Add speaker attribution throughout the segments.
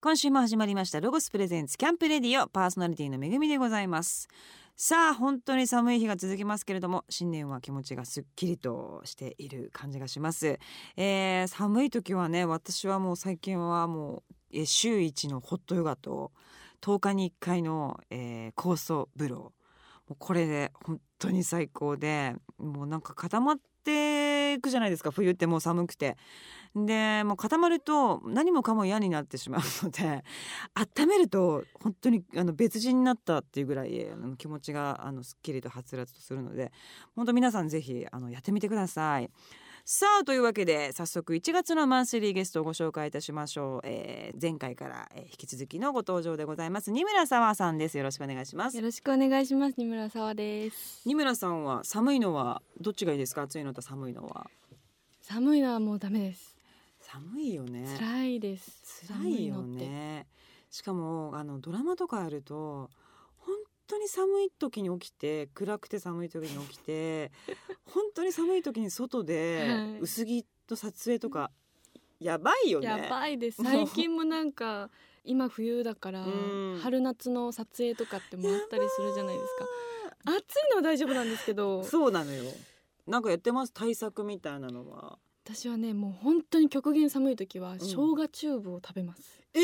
Speaker 1: 今週も始まりましたロゴスプレゼンツキャンプレディオパーソナリティのめぐみでございますさあ本当に寒い日が続きますけれども新年は気持ちがすっきりとしている感じがします、えー寒い時はね私はもう最近はもうえー週一のホットヨガと10日に1回の、えー、酵素風呂もうこれで本当に最高でもうなんか固まっていくじゃないですか冬ってもう寒くてでもう固まると何もかも嫌になってしまうので 温めると本当にあの別人になったっていうぐらいあの気持ちがあのすっきりとはつらつとするので本当皆さんぜひあのやってみてください。さあというわけで早速1月のマンスリーゲストをご紹介いたしましょう、えー前回から、えー引き続きのご登場でございます二村沢さんですよろしくお願いします
Speaker 2: よろしくお願いします。二村沢です。
Speaker 1: 二村さんは寒いのはどっちがいいですか暑いのと寒いのは
Speaker 2: 寒いのはもうダメです。
Speaker 1: 寒いよね
Speaker 2: 辛いです。
Speaker 1: 辛いよねしかもあのドラマとかやると本当に寒い時に起きて暗くて寒い時に起き て本当に寒い時に外で
Speaker 2: はい
Speaker 1: 薄着と撮影とかやばいよね
Speaker 2: 寒いのって。やばいです。
Speaker 1: もう
Speaker 2: 最近もなんか今冬だから
Speaker 1: うん
Speaker 2: 春夏の撮影とかってもあったりするじゃないですか。暑いのは大丈夫なんですけど、
Speaker 1: そうなのよなんかやってます対策みたいなのは
Speaker 2: 私はねもう本当に極限寒い時は生姜チューブを食べます。
Speaker 1: え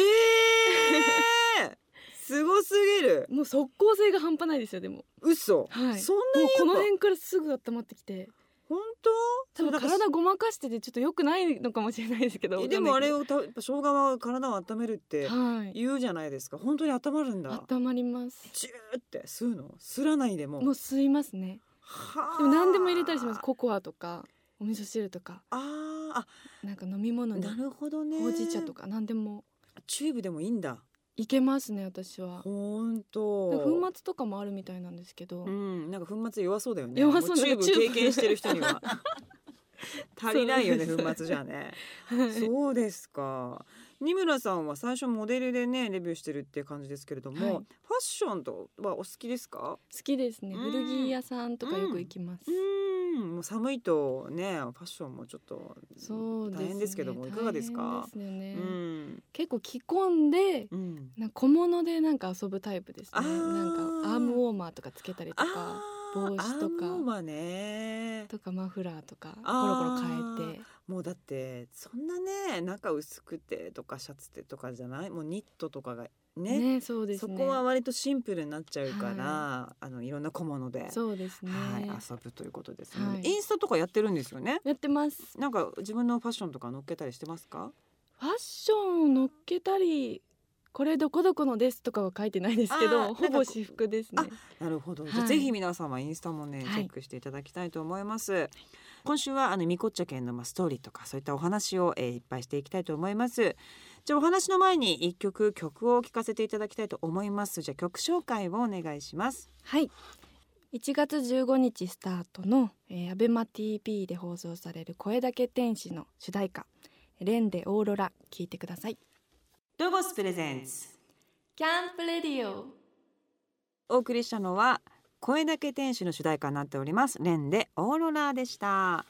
Speaker 1: ー、 すごすぎる
Speaker 2: もう速効性が半端ないですよでも。
Speaker 1: 嘘、
Speaker 2: はい
Speaker 1: そんな
Speaker 2: も
Speaker 1: に
Speaker 2: うこ
Speaker 1: や
Speaker 2: の
Speaker 1: っぱ
Speaker 2: 辺からすぐ温まってきて、
Speaker 1: 本当
Speaker 2: 多分
Speaker 1: なんか
Speaker 2: 体ごまかしててちょっと良くないのかもしれないですけど。
Speaker 1: えでもあれ
Speaker 2: わ
Speaker 1: をたやっぱ生姜は体を温めるって
Speaker 2: かんないけどはい。
Speaker 1: 言うじゃないですか本当に温まるんだ
Speaker 2: 温まります。
Speaker 1: チューって吸うの吸らないでも
Speaker 2: もう吸いますね
Speaker 1: はあ
Speaker 2: でも何でも入れたりしますココアとかお味噌汁とか
Speaker 1: あーあ
Speaker 2: なんか飲み物に
Speaker 1: なるほどね
Speaker 2: ほうじ茶とか何でも
Speaker 1: チューブでもいいんだ
Speaker 2: いけますね私は
Speaker 1: 本当
Speaker 2: なんか粉末とかもあるみたいなんですけ ど、
Speaker 1: うんなんか粉末弱そうだよね
Speaker 2: 弱そ
Speaker 1: も
Speaker 2: うな
Speaker 1: チューブ
Speaker 2: チュー
Speaker 1: 経
Speaker 2: ブ
Speaker 1: 験してる人に は足りないよね
Speaker 2: そう
Speaker 1: 粉末じゃね
Speaker 2: はい
Speaker 1: そうですか二村さんは最初モデルでねレビューしてるって感じですけれども、
Speaker 2: はい
Speaker 1: ファッションとはお好きですか
Speaker 2: 好きですね
Speaker 1: うん
Speaker 2: 古着屋さんとかよく行きます、
Speaker 1: うんもう寒いとねファッションもちょっと
Speaker 2: そうです、ね、
Speaker 1: 大変ですけどもいかがですか
Speaker 2: 大変ですよね
Speaker 1: うん
Speaker 2: 結構着込んで
Speaker 1: うん
Speaker 2: なんか小物でなんか遊ぶタイプです
Speaker 1: あ
Speaker 2: ね
Speaker 1: ー
Speaker 2: なんかアームウォーマーとかつけたりとか
Speaker 1: あー
Speaker 2: 帽子とか
Speaker 1: アームウォーマーね
Speaker 2: とかマフラーとかコロコロ
Speaker 1: あー
Speaker 2: 変えて
Speaker 1: もうだってそんなね中薄くてとかシャツてとかじゃないもうニットとかがね
Speaker 2: ねそうです
Speaker 1: そ
Speaker 2: ね
Speaker 1: こは割とシンプルになっちゃうから、
Speaker 2: は
Speaker 1: あのいろんな小物で、
Speaker 2: そうですね、
Speaker 1: はい、遊ぶということですね、
Speaker 2: はい
Speaker 1: インスタとかやってるんですよね
Speaker 2: やってます
Speaker 1: なんか自分のファッションとか載っけたりしてますか
Speaker 2: ファッションを乗っけたりこれどこどこのですとかは書いてないですけ
Speaker 1: あーな
Speaker 2: どほ
Speaker 1: んかこう
Speaker 2: ぼ私服ですね
Speaker 1: なるほど、じゃあ
Speaker 2: はい
Speaker 1: ぜひ皆様インスタもね、
Speaker 2: はい
Speaker 1: チェックしていただきたいと思います、今週はあのみこっちゃ県のまあストーリーとかそういったお話を、えーいっぱいしていきたいと思いますじゃあお話の前に一曲曲を聴かせていただきたいと思いますじゃあ曲紹介をお願いします
Speaker 2: はい1月15日スタートの、えー、アベマ TV で放送される声だけ天使の主題歌レンでオーロラ聞いてください
Speaker 1: ロゴスプレゼンツ
Speaker 2: キャンプレディオ
Speaker 1: お送りしたのは声だけ天使の主題歌になっておりますレンでオーロラでした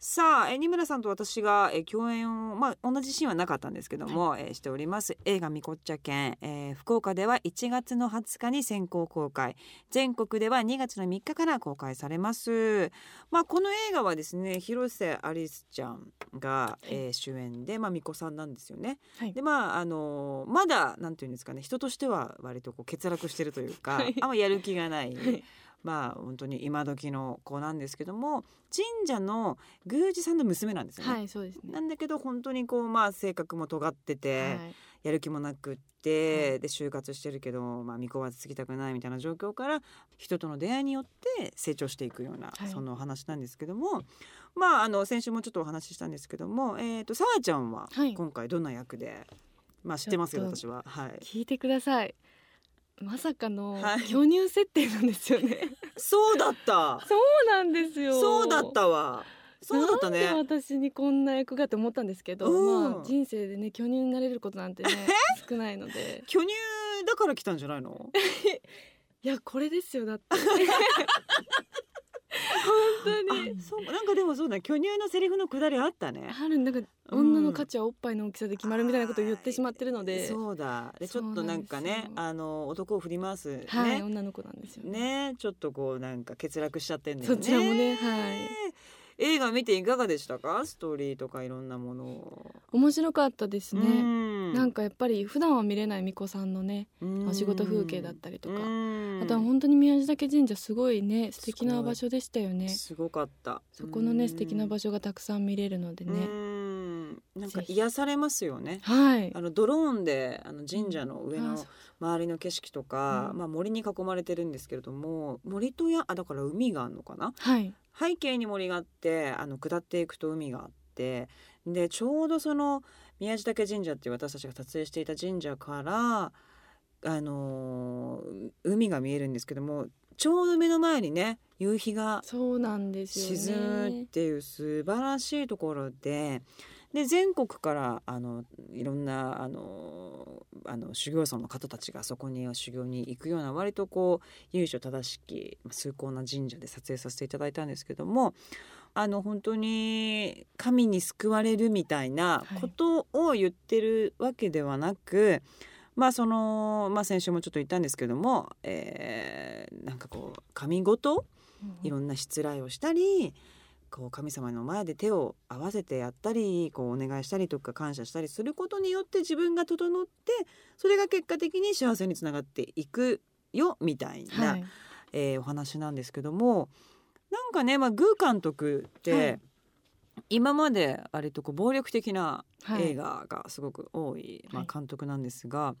Speaker 1: さあえー二村さんと私がえー共演をまあ同じシーンはなかったんですけども、えーしております映画みこっちゃ県、えー福岡では1月の20日に先行公開全国では2月の3日から公開されますまあこの映画はですね広瀬アリスちゃんが、えー主演でまあみこさんなんですよね
Speaker 2: はい
Speaker 1: でまああのまだなんていうんですかね人としては割とこう欠落してるというか、
Speaker 2: はい
Speaker 1: あんまやる気がない、
Speaker 2: い
Speaker 1: まあ本当に今時の子なんですけども神社の宮司さんの娘なんですよね。
Speaker 2: はいそうですね
Speaker 1: なんだけど本当にこうまあ性格も尖ってて、
Speaker 2: はい
Speaker 1: やる気もなくって、
Speaker 2: は
Speaker 1: で就活してるけど、まあ、未婚はつきたくないみたいな状況から人との出会いによって成長していくような、
Speaker 2: はい
Speaker 1: そのお話なんですけども、まあ、あの先週もちょっとお話ししたんですけども、えー、とさわちゃんは
Speaker 2: はい
Speaker 1: 今回どんな役で、まあ、知ってますけど
Speaker 2: ちょっと
Speaker 1: 私は、 はい、
Speaker 2: 聞いてくださいまさかの
Speaker 1: はい
Speaker 2: 巨乳設定なんですよね、
Speaker 1: そうだった
Speaker 2: そうなんですよ
Speaker 1: そうだったわそうだった
Speaker 2: な
Speaker 1: ね
Speaker 2: んで私にこんな役がって思ったんですけど、
Speaker 1: うん
Speaker 2: まあ人生でね巨乳になれることなんてね少ないの で
Speaker 1: 巨乳だから来たんじゃないの
Speaker 2: いやこれですよだって当に
Speaker 1: あそうなんかでもそうだ巨乳のセリフのくだりあったね
Speaker 2: あるなんか
Speaker 1: うん
Speaker 2: 女の価値はおっぱいの大きさで決まるみたいなことを言ってしまってるので、
Speaker 1: そうだでち
Speaker 2: そう
Speaker 1: ょっとなんか
Speaker 2: なんで
Speaker 1: ね
Speaker 2: すよ
Speaker 1: あの男を振り回す、
Speaker 2: はい、
Speaker 1: ね
Speaker 2: 女の子なんですよね。
Speaker 1: ねちょっとこうなんか欠落しちゃってんだよ
Speaker 2: そ
Speaker 1: ね
Speaker 2: ちらもね、はい、
Speaker 1: 映画見ていかがでしたかストーリーとかいろんなものを
Speaker 2: 面白かったですね。
Speaker 1: うん
Speaker 2: なんかやっぱり普段は見れない巫女さんのね、
Speaker 1: うん
Speaker 2: お仕事風景だったりとか、
Speaker 1: うん
Speaker 2: あとは本当に宮地嶽神社すごいね素敵な場所でしたよね。
Speaker 1: すごかった
Speaker 2: そこのね素敵な場
Speaker 1: 所
Speaker 2: 所がたくさん見れるのでね、
Speaker 1: なんか
Speaker 2: ぜひ
Speaker 1: 癒されますよね
Speaker 2: はい
Speaker 1: あ。のドローンであの神社の上
Speaker 2: あ
Speaker 1: の
Speaker 2: そう
Speaker 1: 周りの景色とか、
Speaker 2: うん
Speaker 1: まあ、森に囲まれてるんですけれども森とやあだから海があるのかな
Speaker 2: はい。
Speaker 1: 背景に森があってあの下っていくと海があってでちょうどその宮地嶽神社っていう私たちが撮影していた神社からあのー海が見えるんですけどもちょうど目の前にね夕日が
Speaker 2: そうなんですよね。
Speaker 1: 沈むっていう素晴らしいところでで全国からあのいろんなあのあの修行僧の方たちがそこに修行に行くような割とこう由緒正しきまあ崇高な神社で撮影させていただいたんですけどもあの本当に神に救われるみたいな
Speaker 2: はい
Speaker 1: ことを言ってるわけではなく、まあそのまあ、先週もちょっと言ったんですけども、えーなんかこう神事いろんな失礼をしたりこう神様の前で手を合わせてやったりこうお願いしたりとか感謝したりすることによって自分が整ってそれが結果的に幸せにつながっていくよみたいな、
Speaker 2: はい。
Speaker 1: えーお話なんですけどもなんかね、まあ、グー監督って、
Speaker 2: はい
Speaker 1: 今まで割とこう暴力的な
Speaker 2: はい
Speaker 1: 映画がすごく多い、ま
Speaker 2: は
Speaker 1: あ
Speaker 2: い、
Speaker 1: 監督なんですが、ま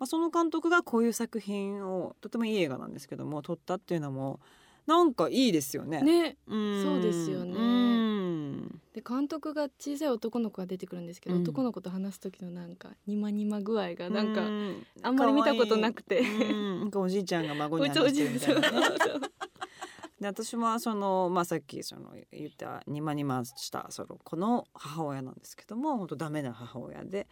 Speaker 1: あ、その監督がこういう作品をとてもいい映画なんですけども撮ったっていうのもなんかいいですよね。
Speaker 2: ね。
Speaker 1: ん
Speaker 2: そうですよね
Speaker 1: うん
Speaker 2: で監督が小さい男の子が出てくるんですけど、
Speaker 1: うん
Speaker 2: 男の子と話す時のなんかにまにま具合がなんか、
Speaker 1: う
Speaker 2: あんまり見たことなくて
Speaker 1: 可愛いうんなんかおじいちゃんが孫
Speaker 2: お
Speaker 1: に
Speaker 2: いちょお
Speaker 1: 話し
Speaker 2: じ
Speaker 1: て
Speaker 2: い
Speaker 1: るみ
Speaker 2: そ
Speaker 1: た
Speaker 2: う
Speaker 1: いなね。
Speaker 2: そう
Speaker 1: で私はその、まあ、さっきその言ったにまにましたその子の母親なんですけども本当ダメな母親で。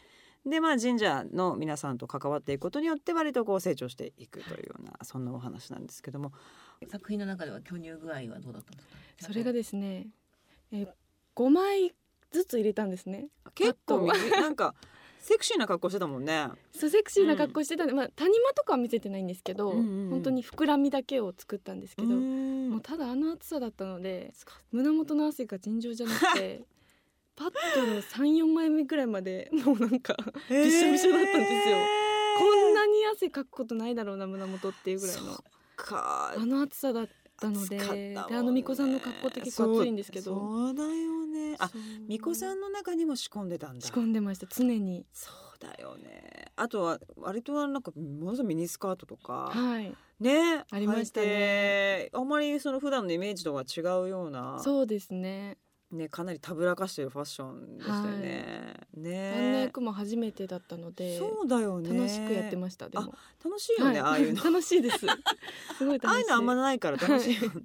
Speaker 1: でまあ、神社の皆さんと関わっていくことによって割とこう成長していくというようなそんなお話なんですけども
Speaker 3: 作品の中では巨乳具合はどうだったんですか
Speaker 2: それがですね、えー、5枚ずつ入れたんですね
Speaker 1: 結構なんかセクシーな格好してたもんね。
Speaker 2: そうセクシーな格好してたんで、まあ、谷間とかは見せてないんですけど、
Speaker 1: うんうんうん
Speaker 2: 本当に膨らみだけを作ったんですけど、
Speaker 1: うん
Speaker 2: もうただあの暑さだったので胸元の汗が尋常じゃなくて パッとの34枚目ぐらいまでもうなんかびしょびしょだったんですよ
Speaker 1: へー
Speaker 2: こんなに汗かくことないだろうな胸元っていうぐらい
Speaker 1: そ
Speaker 2: の
Speaker 1: っか
Speaker 2: あの暑さだったので
Speaker 1: 暑かったもんね
Speaker 2: であの巫女さんの格好って結構暑いんですけ
Speaker 1: そう
Speaker 2: ど
Speaker 1: そうだよねあ巫女さ
Speaker 2: ん
Speaker 1: んの中にも仕込んでたんだ
Speaker 2: 仕込んでました常に
Speaker 1: そうだよねあとは割となんかものすごいミニスカートとか、
Speaker 2: はい
Speaker 1: ね
Speaker 2: ありましたね
Speaker 1: 履いてあんまりその普段のイメージとは違うような
Speaker 2: そうですね
Speaker 1: ね、かなりたぶらかしてるファッションでしたよね、
Speaker 2: あんな
Speaker 1: ね
Speaker 2: 役も初めてだったので
Speaker 1: そうだよね
Speaker 2: 楽しくやってましたでも
Speaker 1: す楽しいよね、ああいうの
Speaker 2: 楽しいです すごい楽しい
Speaker 1: ああいうのあんまないから楽しいよね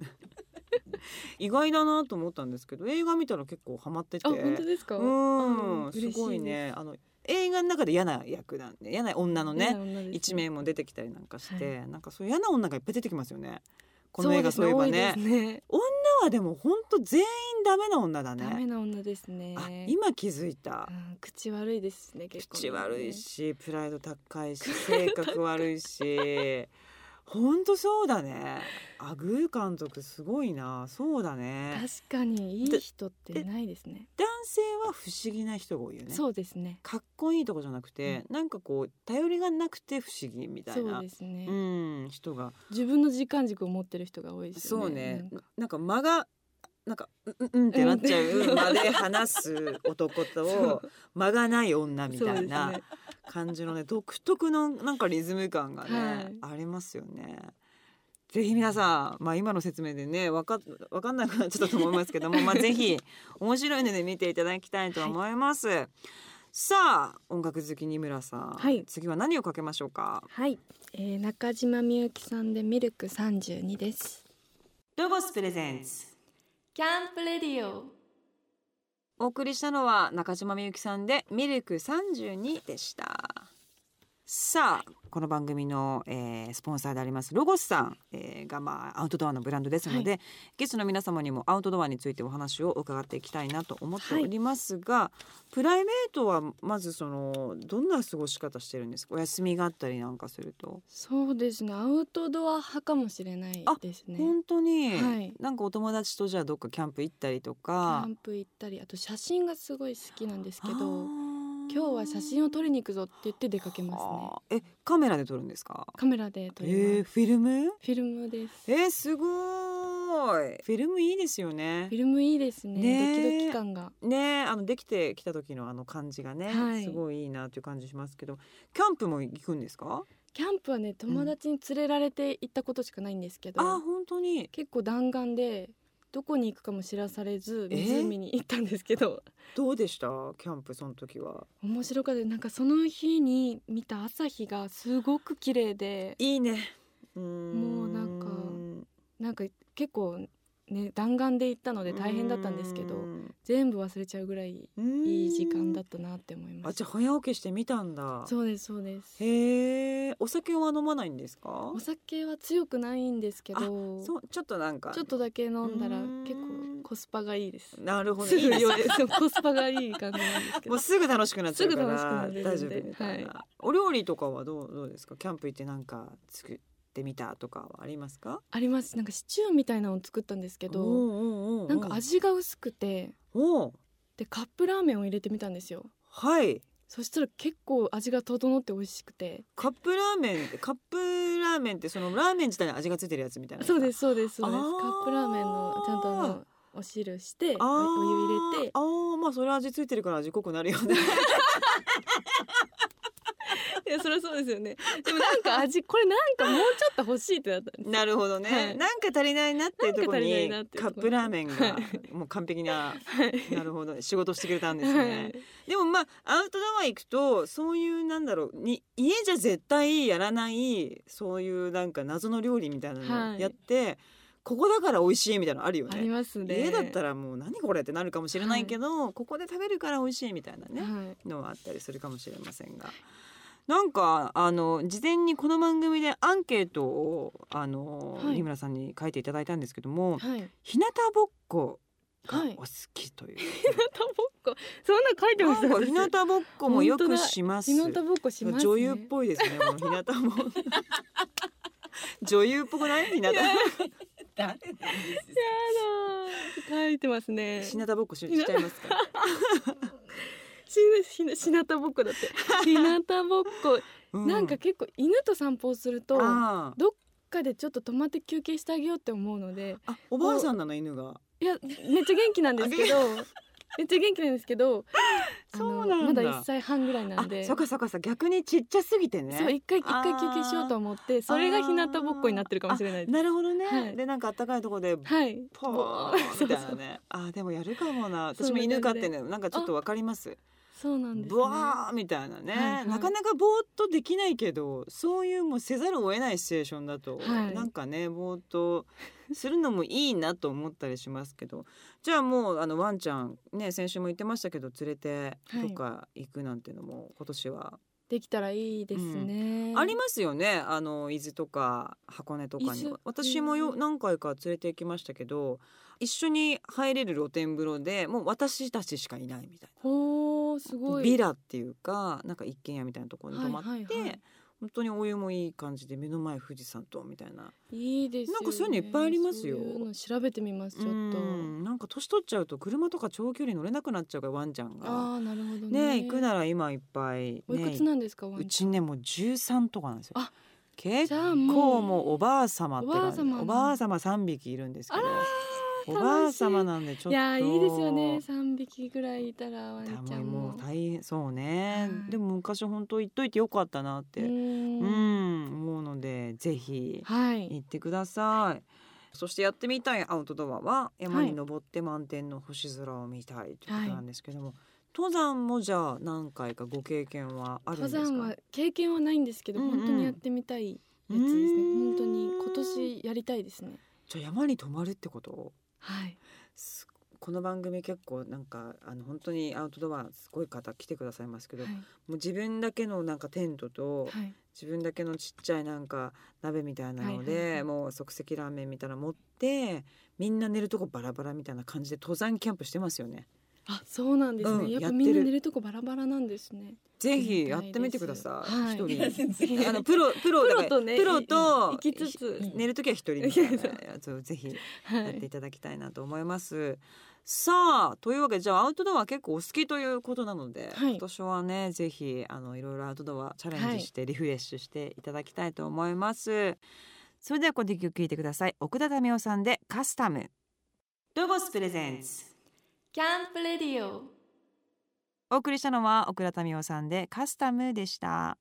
Speaker 1: 意外だなと思ったんですけど映画見たら結構ハマってて
Speaker 2: あ本当ですか
Speaker 1: うん、す
Speaker 2: 嬉し
Speaker 1: ごいねあの映画の中で嫌な役なんで嫌な女のね一名も出てきたりなんかして、なんかそういう嫌な女がいっぱい出てきますよねこの映画そういえばね
Speaker 2: そうですね多いですね
Speaker 1: 女はでも本当全員ダメな女だ
Speaker 2: ダメ
Speaker 1: ね
Speaker 2: な女ですね
Speaker 1: あ今気づいた
Speaker 2: うん口悪いですね結構ね
Speaker 1: 口悪いしプライド高 いし性格悪いし本当そうだねあグー監督すごいなそうだね
Speaker 2: 確かにいい人ってないですね
Speaker 1: 男性は不思議な人が多いよね
Speaker 2: そうですね
Speaker 1: かっこいいとこじゃなくて、なんかこう頼りがなくて不思議みたい
Speaker 2: そう
Speaker 1: な
Speaker 2: ですね、
Speaker 1: うん人が
Speaker 2: 自分の時間軸を持ってる人が多いです
Speaker 1: そ
Speaker 2: よね
Speaker 1: うねな
Speaker 2: なんか
Speaker 1: んか間がなんか「うんうん」ってなっちゃ
Speaker 2: う
Speaker 1: うん間で話す男と
Speaker 2: そう
Speaker 1: 間がない女みたい
Speaker 2: そうで
Speaker 1: な
Speaker 2: すね
Speaker 1: 感じのね 独特のなんかリズム感がね、ありますよね。ぜひ皆さん、まあ、今の説明でねわかわかんなくなっちゃったと思いますけ ども、まあ、ぜひ面白いので見ていただきたいと思います。さあ音楽好き二村さん、
Speaker 2: はい
Speaker 1: 次は何をかけましょうか
Speaker 2: はい、えー、中島みゆきさんでミルク三十二です
Speaker 1: ロゴスプレゼンツ
Speaker 2: キャンプレディオ
Speaker 1: お送りしたのは中島みゆきさんでミルク32でしたさあこの番組の、えースポンサーでありますロゴスさん、えーが、まあ、アウトドアのブランドですので、ゲストの皆様にもアウトドアについてお話を伺っていきたいなと思っておりますが、プライベートはまずそのどんな過ごし方してるんですかお休みがあったりなんかすると。
Speaker 2: そうですねアウトドア派かもしれない
Speaker 1: あ
Speaker 2: ですね
Speaker 1: 本当に、
Speaker 2: はい
Speaker 1: なんかお友達とじゃあどっかキャンプ行ったりと
Speaker 2: キ
Speaker 1: か
Speaker 2: ャンプ行ったりあと写真がすごい好きなんですけ
Speaker 1: あ
Speaker 2: ど
Speaker 1: ー
Speaker 2: 今日は写真を撮りに行くぞって言って出かけますね
Speaker 1: あーえカメラで撮るんですか
Speaker 2: カメラで撮ります、
Speaker 1: えー、フィルム
Speaker 2: フィルムです
Speaker 1: えー、すごーいフィルムいいですよね
Speaker 2: フィルムいいですね
Speaker 1: ねえ
Speaker 2: ドキドキ感が
Speaker 1: ねあのできてきた時のあの感じがね、
Speaker 2: はい
Speaker 1: すごいいいなという感じしますけどキャンプも行くんですか
Speaker 2: キャンプはね友達に連れられて行ったことしかないんですけど、
Speaker 1: あー本当に
Speaker 2: 結構弾丸でどこに行くかも知らされず
Speaker 1: え
Speaker 2: 湖に行ったんですけど、
Speaker 1: どうでしたキャンプその時は
Speaker 2: 面白かったなんかその日に見た朝日がすごく綺麗で
Speaker 1: いいねうーん
Speaker 2: もうなんかなんか結構ね弾丸で行ったので大変だったんですけど全部忘れちゃうぐらいいい時間だ
Speaker 1: っ
Speaker 2: ったなって思いま
Speaker 1: あ
Speaker 2: し
Speaker 1: じ
Speaker 2: た
Speaker 1: ゃあ早起きしてみたんだ
Speaker 2: そうですそうです
Speaker 1: へえお酒は飲まないんですか
Speaker 2: お酒は強くないんですけ
Speaker 1: あ
Speaker 2: ど
Speaker 1: そうちょっとなんか
Speaker 2: ちょっとだけ飲んだら
Speaker 1: うん
Speaker 2: 結構コスパがいいです
Speaker 1: なるほど
Speaker 2: す
Speaker 1: いい
Speaker 2: ぐ
Speaker 1: です
Speaker 2: 酔えそうコスパがいい感じなんですけ
Speaker 1: も
Speaker 2: ど
Speaker 1: うすぐ楽しくなっちゃうから
Speaker 2: すぐ楽しくなれるんで
Speaker 1: 大丈夫みたいな、
Speaker 2: は
Speaker 1: お料理とかはどうどうですかキャンプ行ってなんか作ってみたとかはありますか
Speaker 2: ありますなんかシチューみたいなのを作ったんですけ
Speaker 1: お
Speaker 2: ど
Speaker 1: うおうおうおう
Speaker 2: なんか味が薄くて
Speaker 1: おう
Speaker 2: でカップラーメンを入れてみたんですよ
Speaker 1: はい
Speaker 2: そしたら結構味が整って美味しくて
Speaker 1: カップラーメンカップラーメンってそのラーメン自体に味がついてるやつみたいな
Speaker 2: そうですそうですそうです
Speaker 1: あー
Speaker 2: カップラーメンのちゃんとあのお汁して
Speaker 1: あ
Speaker 2: お
Speaker 1: ー
Speaker 2: お湯入れて
Speaker 1: ああまあそれ味ついてるから味濃くなるよね
Speaker 2: いやそりゃそうですよねでもなんか 味これなんかもうちょっと欲しいってなったんです
Speaker 1: なるほどね、
Speaker 2: はい
Speaker 1: なんか足りないなっていうところ
Speaker 2: なんか足
Speaker 1: に
Speaker 2: りないなっていう
Speaker 1: カ
Speaker 2: と
Speaker 1: ッ
Speaker 2: ころ
Speaker 1: プラーメンが
Speaker 2: は
Speaker 1: もう完璧な
Speaker 2: はい
Speaker 1: なるほど仕事してくれたんです
Speaker 2: は
Speaker 1: ね、
Speaker 2: い
Speaker 1: でもまあアウトドア行くとそういうなんだろうに家じゃ絶対やらないそういうなんか謎の料理みたいな
Speaker 2: は
Speaker 1: の
Speaker 2: い
Speaker 1: やって、ここだから美味しいみたいなのあるよ
Speaker 2: あり
Speaker 1: ね。
Speaker 2: ますね
Speaker 1: 家だったらもう何これってなるかもしれないけど、ここで食べるから美味しいみたいなね、
Speaker 2: はい
Speaker 1: のはあったりするかもしれませんが。なんかあの事前にこの番組でアンケートをあの、
Speaker 2: はい
Speaker 1: 二村さんに書いていただいたんですけども
Speaker 2: はい
Speaker 1: 日向ぼっこが
Speaker 2: はい
Speaker 1: お好きという、
Speaker 2: 日向ぼっこそんなの書いてま
Speaker 1: な
Speaker 2: す
Speaker 1: んか日向ぼっこもよくします。
Speaker 2: 日向ぼっこしますね
Speaker 1: 女優っぽいですね。この日向も。 女優っぽくない日向。
Speaker 3: 誰なんです
Speaker 2: やだー書いてますね
Speaker 1: 日向ぼっこししちゃいますか。
Speaker 2: しひなひなたぼっこだってひなたぼっこ、
Speaker 1: う
Speaker 2: なんか結構犬と散歩をするとどっ
Speaker 1: あー
Speaker 2: かでちょっと止まって休憩してあげようって思うので
Speaker 1: あ、おばあさんなの犬が。
Speaker 2: いやめっちゃ元気なんですけどめっちゃ元気なんですけどあ
Speaker 1: そ
Speaker 2: の
Speaker 1: うなん
Speaker 2: ま
Speaker 1: だ
Speaker 2: だ1歳半ぐらいな
Speaker 1: あ
Speaker 2: ん、で
Speaker 1: そっかそっかさ、逆にちっちゃすぎて
Speaker 2: そう
Speaker 1: ね。
Speaker 2: 一回一回休憩しようと思ってそれがひなたぼっこになってるかもしれないです
Speaker 1: なるほどね。
Speaker 2: はい
Speaker 1: で、なんかあったかいとこで。
Speaker 2: はい
Speaker 1: ポ
Speaker 2: ぼ
Speaker 1: ーンみたいなね。あ、でもやるかもな。私も犬飼ってね、なんかちょっとわかります。
Speaker 2: そうなんです
Speaker 1: ブワーみたいなね、
Speaker 2: はいはい
Speaker 1: なかなかぼーっとできないけどそういうもうせざるを得ないシチュエーションだと、
Speaker 2: はい
Speaker 1: なんかねぼーっとするのもいいなと思ったりしますけどじゃあもうあのワンちゃんね先週も言ってましたけど連れて
Speaker 2: はい
Speaker 1: どっか行くなんてのも今年は、
Speaker 2: できたらいいですね、
Speaker 1: ありますよねあの伊豆とか箱根とか
Speaker 2: 伊
Speaker 1: に
Speaker 2: 豆
Speaker 1: 私もよ何回か連れて行きましたけど一緒に入れる露天風呂でもう私たちしかいないみたいな。
Speaker 2: ほーすごい
Speaker 1: ビラっていうかなんか一軒家みたいなところに泊まって、
Speaker 2: はいはいはい
Speaker 1: 本当にお湯もいい感じで目の前富士山とみたいない
Speaker 2: いですよ、ね、
Speaker 1: なんかそういうのいっぱいありますよ
Speaker 2: そういうの調べてみますちょっと
Speaker 1: うんなんか年取っちゃうと車とか長距離乗れなくなっちゃうからワンちゃんが
Speaker 2: ああなるほど
Speaker 1: ね
Speaker 2: ね
Speaker 1: 行くなら今いっぱい、
Speaker 2: おいく
Speaker 1: ね
Speaker 2: つ、なんですかワ
Speaker 1: う
Speaker 2: ンち
Speaker 1: ちねもう13とかなんですよ
Speaker 2: あ
Speaker 1: 結
Speaker 2: じゃあも
Speaker 1: 構
Speaker 2: う
Speaker 1: もうおばあ様って感じ
Speaker 2: おばあ様なん
Speaker 1: おばあ様3匹いるんですけど
Speaker 2: ゃん
Speaker 1: おばあ様なんでちょっと
Speaker 2: いやーいいですよね三匹ぐらいいたらワン
Speaker 1: だ
Speaker 2: ちゃん
Speaker 1: も
Speaker 2: も
Speaker 1: う大変そうね、
Speaker 2: はい
Speaker 1: でも昔本当行っといてよかったなって
Speaker 2: うん
Speaker 1: うん、思うのでぜひ
Speaker 2: はい
Speaker 1: 行ってください。そしてやってみたいアウトドアは山
Speaker 2: は
Speaker 1: に
Speaker 2: い
Speaker 1: 登って満天の星空を見たいということなんですけども、登山もじゃあ何回かご経験はあるんで
Speaker 2: 登
Speaker 1: すか
Speaker 2: 山は経験はないんですけど、
Speaker 1: うんうん
Speaker 2: 本当にやってみたいやつですね
Speaker 1: うーん
Speaker 2: 本当に今年やりたいですね
Speaker 1: じゃあ山に泊まるってこと
Speaker 2: はい
Speaker 1: すこの番組結構なんかあの本当にアウトドアすごい方来てくださいますけど、
Speaker 2: はい
Speaker 1: もう自分だけのなんかテントと
Speaker 2: はい
Speaker 1: 自分だけのちっちゃいなんか鍋みたいなので、
Speaker 2: はいはいはい
Speaker 1: もう即席ラーメンみたいなの持ってみんな寝るとこバラバラみたいな感じで登山キャンプしてますよね。
Speaker 2: あそうなんですね、
Speaker 1: うん
Speaker 2: やっ
Speaker 1: やっ
Speaker 2: ぱ
Speaker 1: てる
Speaker 2: みんな寝るとこバラバラなんですね
Speaker 1: ぜひやってみてください。一、
Speaker 2: はい
Speaker 3: や
Speaker 1: 人。
Speaker 3: 全然
Speaker 1: あのプロプロ
Speaker 2: プ
Speaker 1: だか
Speaker 2: ロ
Speaker 1: ら
Speaker 2: とね
Speaker 1: プロと
Speaker 2: い行きつつ
Speaker 1: 寝るときは一人みたい
Speaker 2: い
Speaker 1: な
Speaker 2: や
Speaker 1: やつをぜひ
Speaker 2: は
Speaker 1: やって
Speaker 2: い
Speaker 1: いただきたいなと思います。さあというわけでじゃあアウトドア結構お好きということなので、
Speaker 2: はい
Speaker 1: 今年はねぜひあのいろいろアウトドアチャレンジしてリフレッシュしていただきたいと思います。それではここで一曲聴いてください奥田民生さんでカスタムロゴスプレゼンツ
Speaker 2: キャンプレディオ
Speaker 1: お送りしたのは奥田民生さんでカスタムでした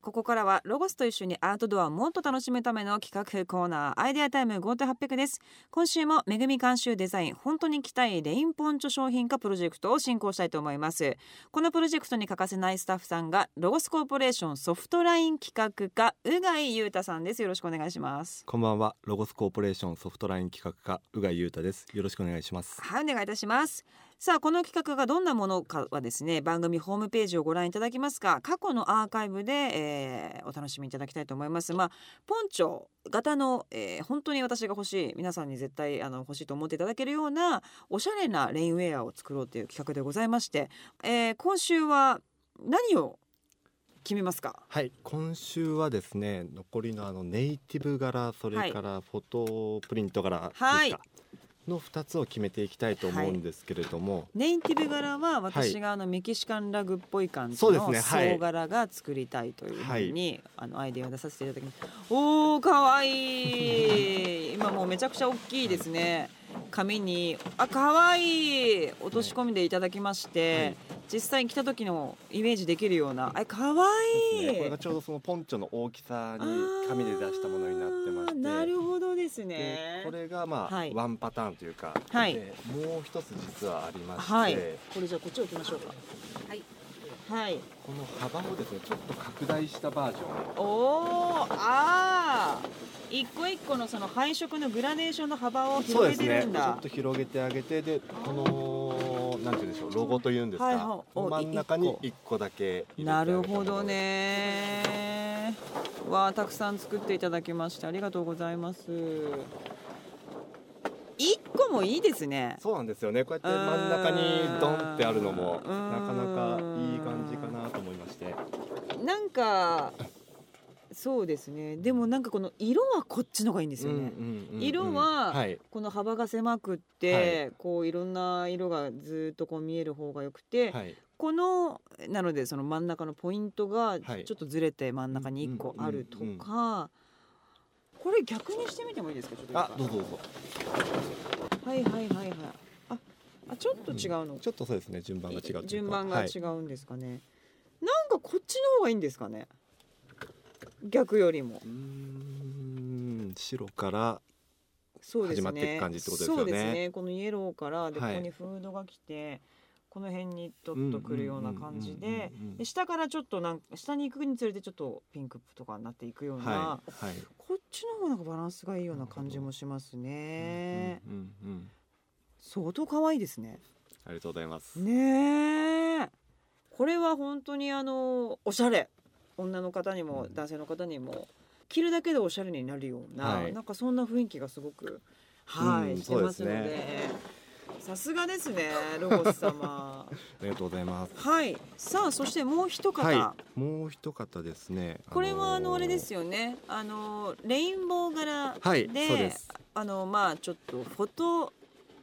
Speaker 1: ここからはロゴスと一緒にアウトドアをもっと楽しむための企画コーナーアイデアタイム GoTo800 です今週もめぐみ監修デザイン本当に着たいレインポンチョ商品化プロジェクトを進行したいと思いますこのプロジェクトに欠かせないスタッフさんがロゴスコーポレーションソフトライン企画課宇賀井裕太さんですよろしくお願いします
Speaker 4: こんばんはロゴスコーポレーションソフトライン企画課宇賀優太ですよろしくお願いします
Speaker 1: はいお願いいたしますさあこの企画がどんなものかはですね番組ホームページをご覧いただきますが過去のアーカイブで、えーお楽しみいただきたいと思いますまあポンチョ型の、えー本当に私が欲しい皆さんに絶対あの欲しいと思っていただけるようなおしゃれなレインウェアを作ろうという企画でございまして、えー今週は何を決めますか
Speaker 4: はい今週はですね残りのあのネイティブ柄それからフォトプリント柄ですか、
Speaker 1: はい
Speaker 4: の二つを決めていきたいと思うんですけれども、
Speaker 1: ネイティブ柄は私があのメキシカンラグっぽい感じ
Speaker 4: そうです
Speaker 1: の
Speaker 4: ねはい
Speaker 1: 総柄が作りたいというふうにあのアイデアを出させていただきます。おー可愛い 今もうめちゃくちゃ大きいですね。紙にあ可愛い落とし込みでいただきまして、
Speaker 4: はい
Speaker 1: 実際に着た時のイメージできるようなあ可愛い
Speaker 4: ねこれがちょうどそのポンチョの大きさ
Speaker 1: あー
Speaker 4: に紙で出したものになってまして
Speaker 1: なるほどです
Speaker 4: で
Speaker 1: ね。
Speaker 4: これがまあ、
Speaker 1: はい
Speaker 4: ワンパターンというか、
Speaker 1: はい
Speaker 4: でもう一つ実はありまして、
Speaker 1: はいこれじゃあこっち置きましょうか。
Speaker 3: はい
Speaker 1: はい。
Speaker 4: この幅をですねちょっと拡大したバージョンを
Speaker 1: おーあー一個一個のその配色のグラデーションの幅を広げてるん
Speaker 4: ちょ
Speaker 1: だ
Speaker 4: っと広げてあげてでこのなんていうんでしょうロゴというんですか、
Speaker 1: はいはいお
Speaker 4: この真ん中に一個だけ入れて
Speaker 1: な
Speaker 4: あげた
Speaker 1: るほ
Speaker 4: もの
Speaker 1: どねわあたくさん作っていただきましてありがとうございます一個もいいですね
Speaker 4: そうなんですよねこうやって真ん中にドンってあるのもなかなかいい感じかなと思いまして
Speaker 1: なんかそうですねでもなんかこの色はこっちの方がいいんですよね、
Speaker 4: うんうんうんうん
Speaker 1: 色は
Speaker 4: はい
Speaker 1: この幅が狭くって、、
Speaker 4: はい
Speaker 1: こういろんな色がずっとこう見える方がよくて、
Speaker 4: はい
Speaker 1: このなのでその真ん中のポイントがちょ
Speaker 4: はい
Speaker 1: っとずれて真ん中に1個あると
Speaker 4: うんうんう
Speaker 1: かこれ逆にしてみてもいいですかちょっと
Speaker 4: あどう
Speaker 1: 一
Speaker 4: ぞどうぞ
Speaker 1: 回はいはいはいはいああちょっと違うの、
Speaker 4: ちょっとそうですね順番が違うというか
Speaker 1: 順番が
Speaker 4: はい
Speaker 1: 違うんですかね、なんかこっちの方がいいんですかね逆よりも
Speaker 4: うーん白から
Speaker 1: そうですね
Speaker 4: 始まっていく感じってことですよね
Speaker 1: そうですねこのイエローからでこ
Speaker 4: はい
Speaker 1: こにフードが来てこの辺にドッとくるような感じで、
Speaker 4: うんうんうんうん
Speaker 1: で下からちょっとなんか下に行くにつれてちょっとピンクとかになっていくような、
Speaker 4: はいはい
Speaker 1: こっちの方がなんかバランスがいいような感じもしますね、
Speaker 4: うんうんうんうん
Speaker 1: 相当可愛いですね
Speaker 4: ありがとうございます
Speaker 1: ねえこれは本当にあのおしゃれ女の方にも
Speaker 4: うん
Speaker 1: 男性の方にも着るだけでおしゃれになるような、
Speaker 4: はい
Speaker 1: なんかそんな雰囲気がすごくはい、
Speaker 4: うん
Speaker 1: してますの
Speaker 4: そ
Speaker 1: で
Speaker 4: うで
Speaker 1: さすがですねロゴス様
Speaker 4: ありがとうございます
Speaker 1: はいさあそしてもう一方、
Speaker 4: はい、もう一方ですね。
Speaker 1: これはあのあれです
Speaker 4: よ。
Speaker 1: よねあのレインボー柄で、
Speaker 4: はい、そうです。
Speaker 1: あのまあちょっとフォト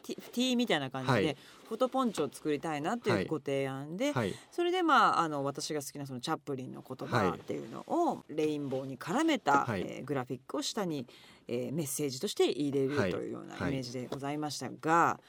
Speaker 1: ティ T みたいな感じで、
Speaker 4: はい
Speaker 1: フォトポンチョを作りたいなって
Speaker 4: はいいう
Speaker 1: ご提案で、
Speaker 4: はい、
Speaker 1: それでまああの私が好きなそのチャップリンの言葉
Speaker 4: はい
Speaker 1: っていうのをレインボーに絡めた、
Speaker 4: はい
Speaker 1: えーグラフィックを下に、えーメッセージとして入れる
Speaker 4: はい
Speaker 1: というような
Speaker 4: はい
Speaker 1: イメージでございましたが、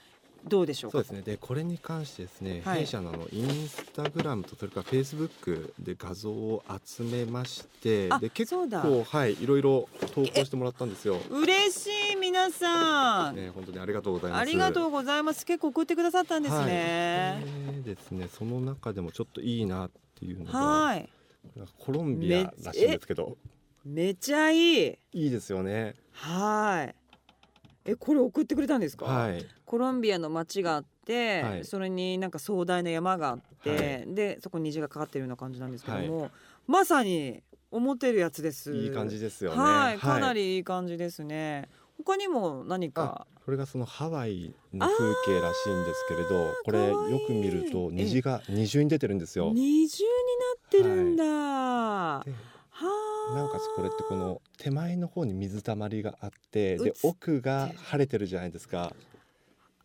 Speaker 1: どうでしょうか
Speaker 4: そうですね。で、これに関してですね、
Speaker 1: はい
Speaker 4: 弊社のあのインスタグラムとそれからフェイスブックで画像を集めまして、
Speaker 1: あ
Speaker 4: で結
Speaker 1: そうだ
Speaker 4: 構はい、いろいろ投稿してもらったんですよ。
Speaker 1: 嬉しい皆さん、
Speaker 4: ね、本当にありがとうございます。
Speaker 1: ありがと
Speaker 4: う
Speaker 1: うございます結構送ってくださったんですね
Speaker 4: はい、でですね、その中でもちょっといいなっていうのが、
Speaker 1: はい
Speaker 4: なんかコロンビアらしいんですけど、
Speaker 1: めちゃいい
Speaker 4: いいですよね。
Speaker 1: はい。えこれ送ってくれたんですか、
Speaker 4: はい
Speaker 1: コロンビアの町があって、
Speaker 4: はい
Speaker 1: それになんか壮大な山があって、
Speaker 4: は
Speaker 1: でそこに虹がかかってるような感じなんですけども、まさに思ってるやつです
Speaker 4: いい感じですよね
Speaker 1: はいかなりいい感じですね、他にも何か
Speaker 4: これがそのハワイの風景らしいんですけれどこれ
Speaker 1: かわいい
Speaker 4: よく見ると虹が二重に出てるんですよ。
Speaker 1: 二重になってるんだ、は
Speaker 4: で
Speaker 1: あ
Speaker 4: なおかつこれってこの手前の方に水たまりがあって
Speaker 1: う
Speaker 4: で
Speaker 1: つ
Speaker 4: 奥が晴れてるじゃないですか。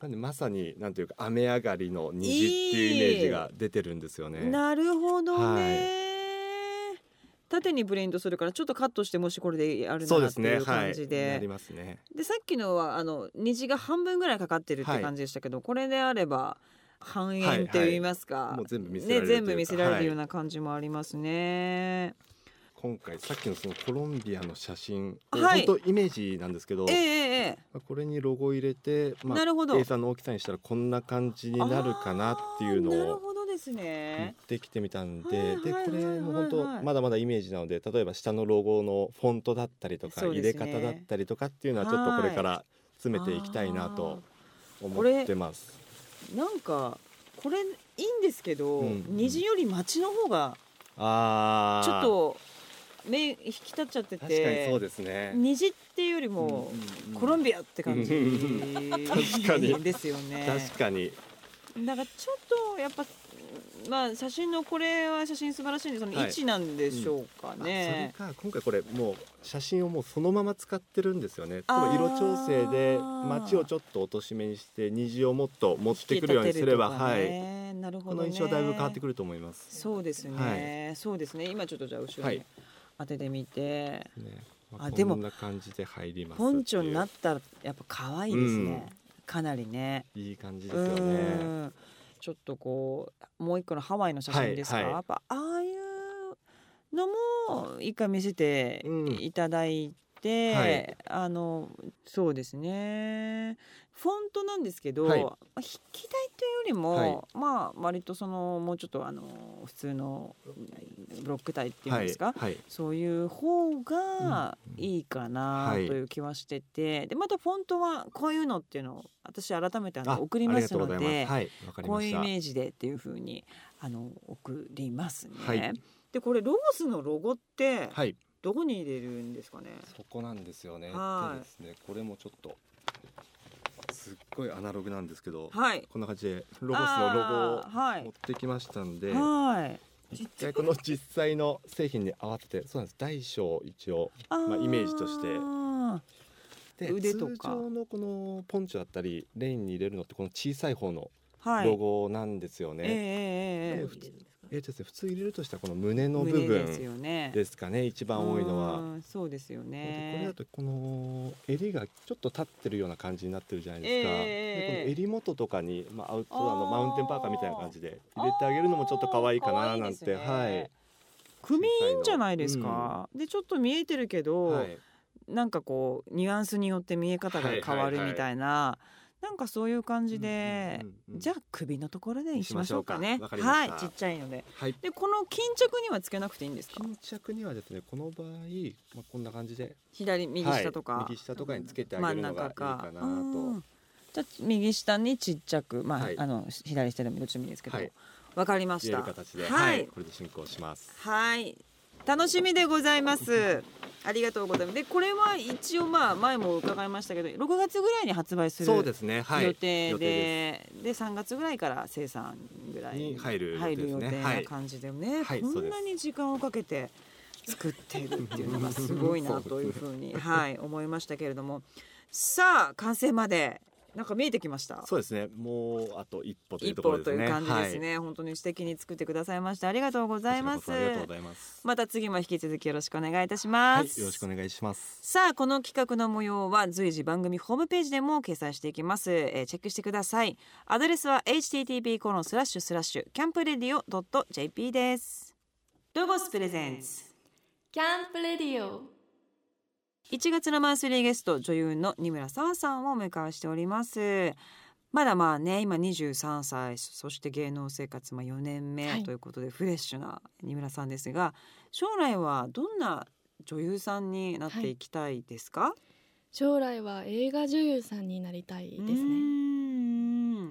Speaker 4: なんでまさになんていうか雨上がりの虹っていうイメージが出てるんですよね。
Speaker 1: なるほどね、縦にブレンドするからちょっとカットしてもしこれでやるな
Speaker 4: そう
Speaker 1: ら
Speaker 4: で
Speaker 1: って
Speaker 4: すね
Speaker 1: いう
Speaker 4: は
Speaker 1: 感
Speaker 4: い
Speaker 1: じで,、
Speaker 4: なりますね。
Speaker 1: でさっきのはあの虹が半分ぐらいかかってるって感じでしたけど、これであれば半
Speaker 4: はいは
Speaker 1: 円
Speaker 4: い
Speaker 1: と言いますか、
Speaker 4: もう全部見せら
Speaker 1: ね
Speaker 4: れる
Speaker 1: 全部見せられるよう
Speaker 4: な、は
Speaker 1: な
Speaker 4: い
Speaker 1: 感じもありますね。
Speaker 4: 今回さっきのそのコロンビアの写真、
Speaker 1: はい
Speaker 4: 本当イメージなんですけど、
Speaker 1: えええええ
Speaker 4: まあこれにロゴ入れて、
Speaker 1: えなるほど。
Speaker 4: A さんの大きさにしたらこんな感じになるかなっていうの
Speaker 1: あーなる
Speaker 4: を
Speaker 1: ほどです
Speaker 4: 持っ
Speaker 1: ね。
Speaker 4: てきてみたん
Speaker 1: はいはい
Speaker 4: で、で
Speaker 1: はい
Speaker 4: これも
Speaker 1: はい
Speaker 4: 本当
Speaker 1: はい
Speaker 4: まだまだイメージなので、例えば下のロゴのフォントだったりとか、
Speaker 1: そう
Speaker 4: 入
Speaker 1: で
Speaker 4: れ
Speaker 1: すね
Speaker 4: 方だったりとかっていうのはちょっとこれから詰めていきたいなと思ってます。
Speaker 1: あー。なんかこれいいんですけど、
Speaker 4: うん
Speaker 1: 虹より街の方が
Speaker 4: ああ、
Speaker 1: ちょっと目引き立っちゃって
Speaker 4: 確かにそ
Speaker 1: て、
Speaker 4: うですね。
Speaker 1: 虹っていうよりも
Speaker 4: うんうん
Speaker 1: コロンビアって感
Speaker 4: う
Speaker 1: じ
Speaker 4: ん 確かに
Speaker 1: ですよね。
Speaker 4: 確かに、
Speaker 1: なんかちょっとやっぱまあ写真のこれは写真素晴らしいんでその位置なんでしょうかね。
Speaker 4: あそれか今回これもう写真をもうそのまま使ってるんですよね。例え
Speaker 1: あー
Speaker 4: ば色調整で街をちょっと落とし目にして虹をもっと持ってくるようにすれば、
Speaker 1: 引き立
Speaker 4: は
Speaker 1: てるとか
Speaker 4: い。
Speaker 1: ねなるほ
Speaker 4: こ
Speaker 1: ど、ね。
Speaker 4: の印象だいぶ変わってくると思います。
Speaker 1: そうですね、そうですね。今ちょっとじゃあ後ろ
Speaker 4: は
Speaker 1: に
Speaker 4: い
Speaker 1: 当ててみて、
Speaker 4: ねま
Speaker 1: あ
Speaker 4: あ、
Speaker 1: でも
Speaker 4: こんな感じで入りますってい
Speaker 1: ポ
Speaker 4: う。
Speaker 1: ンチョになったらやっぱ可愛いですね。かなりね。
Speaker 4: いい感じです
Speaker 1: う
Speaker 4: よね。
Speaker 1: ん。ちょっとこうもう一個のハワイの写真ですか。
Speaker 4: はいはい
Speaker 1: やっぱああいうのも一回見せて
Speaker 4: うん
Speaker 1: いただいて、
Speaker 4: はい
Speaker 1: あのそうですねフォントなんですけど、
Speaker 4: はい
Speaker 1: まあ筆記体というよりも、
Speaker 4: はい
Speaker 1: まあ割とそのもうちょっとあの普通のブロック体っていうんですか、
Speaker 4: はい。はい。
Speaker 1: そういう方がいいかなと
Speaker 4: はい
Speaker 1: いう気はしてて、でまたフォントはこういうのっていうのを私改めてあの
Speaker 4: あ
Speaker 1: 送りますの
Speaker 4: ありがとうござい
Speaker 1: で
Speaker 4: ます。はい。わかり
Speaker 1: こ
Speaker 4: ま
Speaker 1: ういう
Speaker 4: し
Speaker 1: イ
Speaker 4: た。
Speaker 1: メージでっていう風にあの送りますね。
Speaker 4: はい
Speaker 1: でこれロゴスのロゴって
Speaker 4: はい。
Speaker 1: どこに入れるんですかね。
Speaker 4: そこなんですよね。
Speaker 1: はい
Speaker 4: でですね、これもちょっと。すっごいアナログなんですけど。
Speaker 1: はい。
Speaker 4: こんな感じで、ロゴスのロ
Speaker 1: あ
Speaker 4: ゴ
Speaker 1: ーは
Speaker 4: を持っ
Speaker 1: い。
Speaker 4: てきましたんで。
Speaker 1: はい。
Speaker 4: 一回この実際の製品に合わせて、そうなんです。大小一応。
Speaker 1: あ
Speaker 4: まあイメージとして
Speaker 1: あ
Speaker 4: で
Speaker 1: 腕とか
Speaker 4: 通常のこのポンチョだったりレインに入れるのってこの小さい方の
Speaker 1: ーはい。
Speaker 4: ロ。ゴなんですよ
Speaker 1: ええええええ
Speaker 4: ね。普通えーとですね普通入れるとしたらこの胸の部
Speaker 1: 胸ですよ
Speaker 4: 分
Speaker 1: ね。
Speaker 4: ですかね一番多いの
Speaker 1: う
Speaker 4: は。
Speaker 1: ん。そうですよ
Speaker 4: でこれ
Speaker 1: ね
Speaker 4: だ。とこの襟がちょっと立ってるような感じになってるじゃないです
Speaker 1: え
Speaker 4: か、
Speaker 1: えええ
Speaker 4: でこの襟元とかに、まあ、アウトドア
Speaker 1: あ
Speaker 4: の
Speaker 1: ー
Speaker 4: マウンテンパーカーみたいな感じで入れてあげるのもちょっと可愛いかななんて、
Speaker 1: あー可
Speaker 4: は
Speaker 1: 愛いです
Speaker 4: い
Speaker 1: ね組いいんじゃないですか、でちょっと見えてるけど、
Speaker 4: はい
Speaker 1: なんかこうニュアンスによって見え方が変わるみたいな、なんかそういう感じで、
Speaker 4: うんうんうんうん
Speaker 1: じゃあ首のところでにしましょうかね
Speaker 4: にしましょうかわかりま
Speaker 1: はい
Speaker 4: し
Speaker 1: ち
Speaker 4: た
Speaker 1: っちゃいので
Speaker 4: はい、
Speaker 1: でこの巾着にはつけなくていいんですか
Speaker 4: 巾着にはですねこの場合、まあ、こんな感じで
Speaker 1: 左右下とか、
Speaker 4: はい右下とかにつけてあ
Speaker 1: 真
Speaker 4: げ
Speaker 1: ん
Speaker 4: るのがい
Speaker 1: 中
Speaker 4: いか
Speaker 1: か
Speaker 4: な
Speaker 1: うん
Speaker 4: と。
Speaker 1: じゃあ右下にちっちゃくまあ、
Speaker 4: はい
Speaker 1: あの左下でもどっちでもいいですけどわ、
Speaker 4: はい
Speaker 1: かりまし
Speaker 4: 入れ
Speaker 1: た
Speaker 4: る形で、
Speaker 1: はい
Speaker 4: これで進行します。
Speaker 1: はい楽しみでございますありがとうございますでこれは一応まあ前も伺いましたけど6月ぐらいに発売する
Speaker 4: そう
Speaker 1: 予
Speaker 4: ですね、はい、
Speaker 1: 定
Speaker 4: 予定
Speaker 1: でで3月ぐらいから生産ぐらい
Speaker 4: に入る予定
Speaker 1: 入
Speaker 4: です
Speaker 1: る
Speaker 4: ね
Speaker 1: 予定
Speaker 4: は
Speaker 1: ない感じでね、
Speaker 4: はい
Speaker 1: こ
Speaker 4: そうんで
Speaker 1: な
Speaker 4: す
Speaker 1: に時間をかけて作っているっていうのがすごいなというふうに、はい、思いましたけれどもさあ完成までなんか見えてきました。
Speaker 4: そうですね、もうあと一歩と
Speaker 1: 一
Speaker 4: いうとこ
Speaker 1: 歩
Speaker 4: ろです
Speaker 1: と
Speaker 4: ね。
Speaker 1: いう感じですね、本当に素敵に作ってくださいましてありがとうござ
Speaker 4: はいい。
Speaker 1: ま
Speaker 4: こちらこそありがとう
Speaker 1: す
Speaker 4: ございます。
Speaker 1: また次も引き続きよろしくお願いいたします、
Speaker 4: はい、よろしくお願いします。
Speaker 1: さあこの企画の模様は随時番組ホームページでも掲載していきます、えーチェックしてくださいアドレスは http コロンスラッシュスラッシュキャンプレディオ .jp ですロゴスプレゼンツ
Speaker 2: キャンプレディオ
Speaker 1: 1月のマンスリーゲスト女優の二村沙和さんをお迎えしておりますまだまあね今23歳そして芸能生活まあ4年
Speaker 2: は
Speaker 1: 目
Speaker 2: い
Speaker 1: ということでフレッシュな二村さんですが将来はどんな女優さんになっていきたいですか、
Speaker 2: 将来は映画女優さんになりたいです
Speaker 1: う
Speaker 2: ね
Speaker 1: ー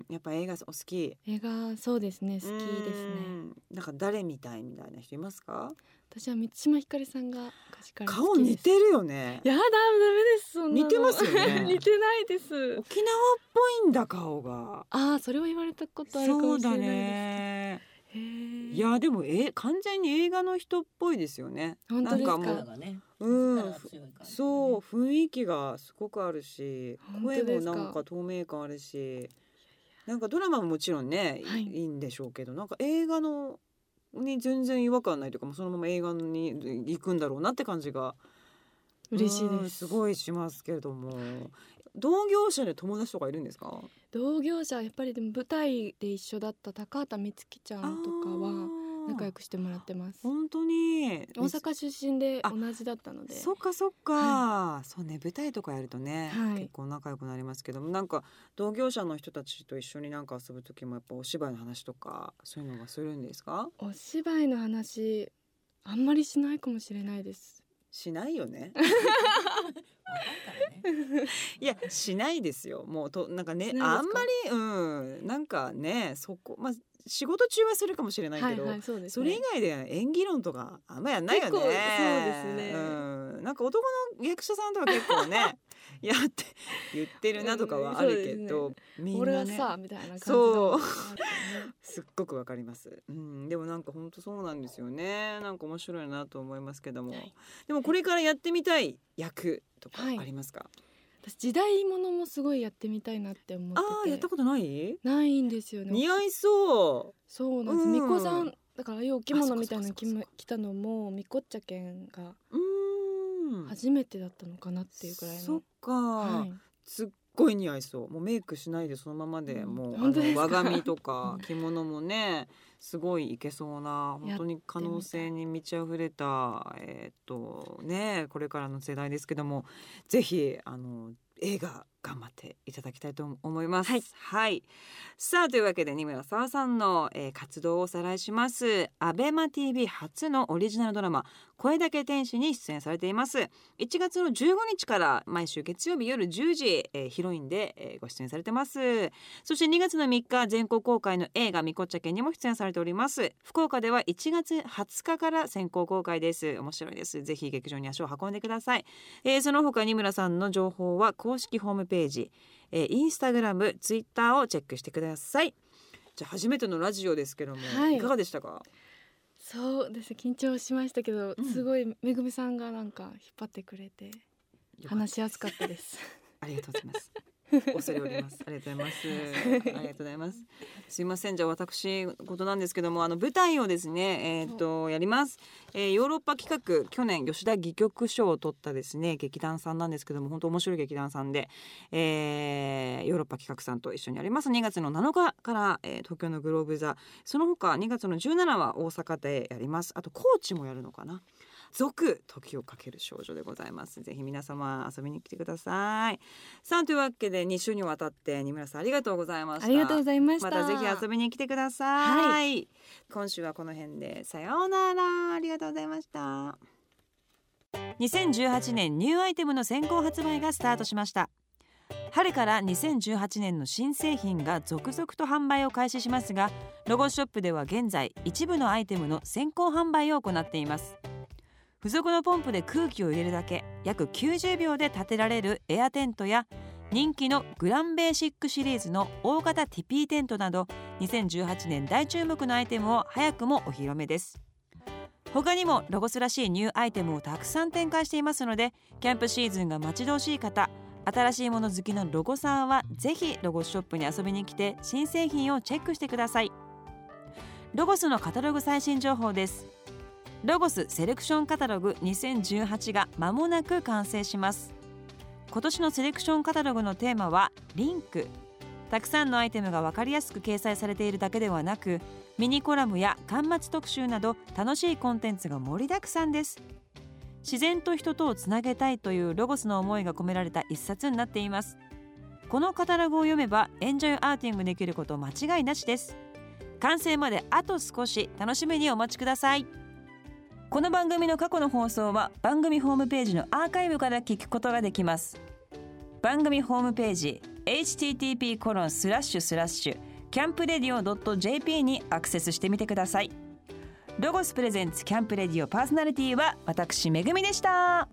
Speaker 1: んやっぱ映画お好き
Speaker 2: 映画そうですね好きで
Speaker 1: う
Speaker 2: すね
Speaker 1: んなんか誰みたいみたいな人いますか
Speaker 2: 私は満島ひかりさんが昔から好
Speaker 1: 顔
Speaker 2: き
Speaker 1: 似
Speaker 2: です
Speaker 1: てるよね
Speaker 2: やだダメですそんなの
Speaker 1: 似てますよね
Speaker 2: 似てないです
Speaker 1: 沖縄っぽいんだ顔が
Speaker 2: ああそれを言われたことあるか
Speaker 1: そ
Speaker 2: も
Speaker 1: う
Speaker 2: しれ
Speaker 1: だ
Speaker 2: ないです
Speaker 1: ね
Speaker 2: へー
Speaker 1: いやでもえ完全に映画の人っぽいですよね
Speaker 2: 本当ですか
Speaker 1: なんかも
Speaker 3: 力
Speaker 1: う
Speaker 3: がね
Speaker 1: うん
Speaker 3: 力が強い感じね
Speaker 1: そう雰囲気がすごくあるし
Speaker 2: 本
Speaker 1: 声
Speaker 2: 当
Speaker 1: も
Speaker 2: です
Speaker 1: な
Speaker 2: か
Speaker 1: んか透明感あるしなんかドラマももちろんね、い
Speaker 2: はい
Speaker 1: いいんでしょうけどなんか映画のに全然違和感ないというかもうそのまま映画に行くんだろうなって感じが
Speaker 2: 嬉しい
Speaker 1: うん
Speaker 2: です
Speaker 1: すごいしますけれども同業者で友達とかいるんですか
Speaker 2: 同業者やっぱりでも舞台で一緒だった高畑充希ちゃんとかは
Speaker 1: あー
Speaker 2: 仲良くしてもらってます
Speaker 1: 本当に
Speaker 2: 大阪出身で
Speaker 1: あ
Speaker 2: 同じだったので
Speaker 1: そっかそっか、そうね舞台とかやるとね、
Speaker 2: はい
Speaker 1: 結構仲良くなりますけどもなんか同業者の人たちと一緒になんか遊ぶ時もやっぱお芝居の話とかそういうのがするんですか
Speaker 2: お芝居の話あんまりしないかもしれないです
Speaker 1: しないよ ね
Speaker 3: 若いからね
Speaker 1: いやしないですよもうとなんかね
Speaker 2: しないですか
Speaker 1: あんまりうんなんかねそこまあ仕事中はするかもしれない
Speaker 2: はい
Speaker 1: けど、
Speaker 2: はいそうです
Speaker 1: それ以
Speaker 2: ね
Speaker 1: 外で演技論とかあんまやんないよね。
Speaker 2: 結構そうですね
Speaker 1: うん、なんか男の役者さんとか結構 ね、やって言ってるなとかはあるけど、みん
Speaker 2: 俺
Speaker 1: な
Speaker 2: は
Speaker 1: ね、
Speaker 2: さみたいな感じ
Speaker 1: そう
Speaker 2: のがあるからね
Speaker 1: すっごくわかります。うん、でもなんか本当そうなんですよね。なんか面白いなと思いますけども、
Speaker 2: はい
Speaker 1: でもこれからやってみたい役とか
Speaker 2: はい
Speaker 1: ありますか。
Speaker 2: 私時代物もすごいやってみたいなって思ってて
Speaker 1: ああー、やったことない？
Speaker 2: ないんですよね
Speaker 1: 似合いそう。
Speaker 2: そうなんです、巫女さ
Speaker 1: うん
Speaker 2: んだからああいうお着物みたいな
Speaker 1: あ
Speaker 2: の
Speaker 1: そ
Speaker 2: 着
Speaker 1: っかそっかそっ
Speaker 2: む
Speaker 1: か
Speaker 2: 着たのも巫女茶犬が
Speaker 1: うーん。
Speaker 2: 初めてだったのかなっていうくらい
Speaker 1: そっ
Speaker 2: の、
Speaker 1: か。
Speaker 2: はい、
Speaker 1: すっごい似合いそうもうメイクしないでそのままで、
Speaker 2: うん
Speaker 1: もうあ
Speaker 2: 本当です
Speaker 1: の
Speaker 2: か
Speaker 1: 和髪とか着物もねすごいいけそうな本当に可能性に満ち溢れたえーっとねこれからの世代ですけどもぜひあの映画頑張っていただきたいと思います。
Speaker 2: はい
Speaker 1: はいさあというわけで二村沢さんの、えー活動をおさらいしますアベマ t v 初のオリジナルドラマ「声だけ天使」に出演されています1月の15日から毎週月曜日夜10時、えーヒロインで、えーご出演されてますそして2月の3日全国公開の映画「みこっちゃけん」にも出演されております福岡では1月20日から先行公開です面白いですぜひ劇場に足を運んでください、えーその他二村さんの情報は公式ホームページえー、インスタグラム、ツイッターをチェックしてください。じゃあ初めてのラジオですけども、
Speaker 2: はい
Speaker 1: い、かがでしたか。
Speaker 2: そうですね緊張しましたけど、
Speaker 1: うん
Speaker 2: すごいめぐみさんがなんか引っ張ってくれて話しやすかっ たです。
Speaker 1: ありがとうござい ます。恐れおります。ありがとうございます。ありがとうございます。すいません。じゃあ私ことなんですけども、あの舞台をですね、えっ、とやります、えーヨーロッパ企画去年吉田戯曲賞を取ったですね劇団さんなんですけども、本当面白い劇団さんで、えーヨーロッパ企画さんと一緒にやります。2月の7日から、えー東京のグローブ座、その他2月の17は大阪でやります。あと高知もやるのかな。続時をかける少女でございます。ぜひ皆様遊びに来てください。さあというわけで2週にわたって二村さんありがとうございました。
Speaker 2: ありがとうございました。
Speaker 1: またぜひ遊びに来てください。今週はこの辺でさようなら。ありがとうございました。2018年ニューアイテムの先行発売がスタートしました。春から2018年の新製品が続々と販売を開始しますが、ロゴショップでは現在一部のアイテムの先行販売を行っています。付属のポンプで空気を入れるだけ約90秒で立てられるエアテントや人気のグランベーシックシリーズの大型ティピーテントなど2018年大注目のアイテムを早くもお披露目です他にもロゴスらしいニューアイテムをたくさん展開していますのでキャンプシーズンが待ち遠しい方新しいもの好きのロゴさんはぜひロゴスショップに遊びに来て新製品をチェックしてくださいロゴスのカタログ最新情報ですロゴスセレクションカタログ2018が間もなく完成します今年のセレクションカタログのテーマはリンクたくさんのアイテムが分かりやすく掲載されているだけではなくミニコラムや刊末特集など楽しいコンテンツが盛りだくさんです自然と人とをつなげたいというロゴスの思いが込められた一冊になっていますこのカタログを読めばエンジョイアーティングできること間違いなしです完成まであと少し楽しみにお待ちくださいこの番組の過去の放送は番組ホームページのアーカイブから聞くことができます番組ホームページ http コロンスラッシュスラッシュキャンプレディオ .jp にアクセスしてみてくださいロゴスプレゼンツキャンプレディオパーソナリティは私めぐみでした